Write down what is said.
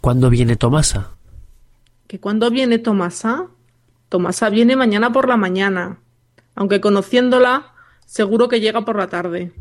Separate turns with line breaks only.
¿Cuándo viene Tomasa?
¿Que cuándo viene Tomasa? Tomasa viene mañana por la mañana, aunque conociéndola, seguro que llega por la tarde.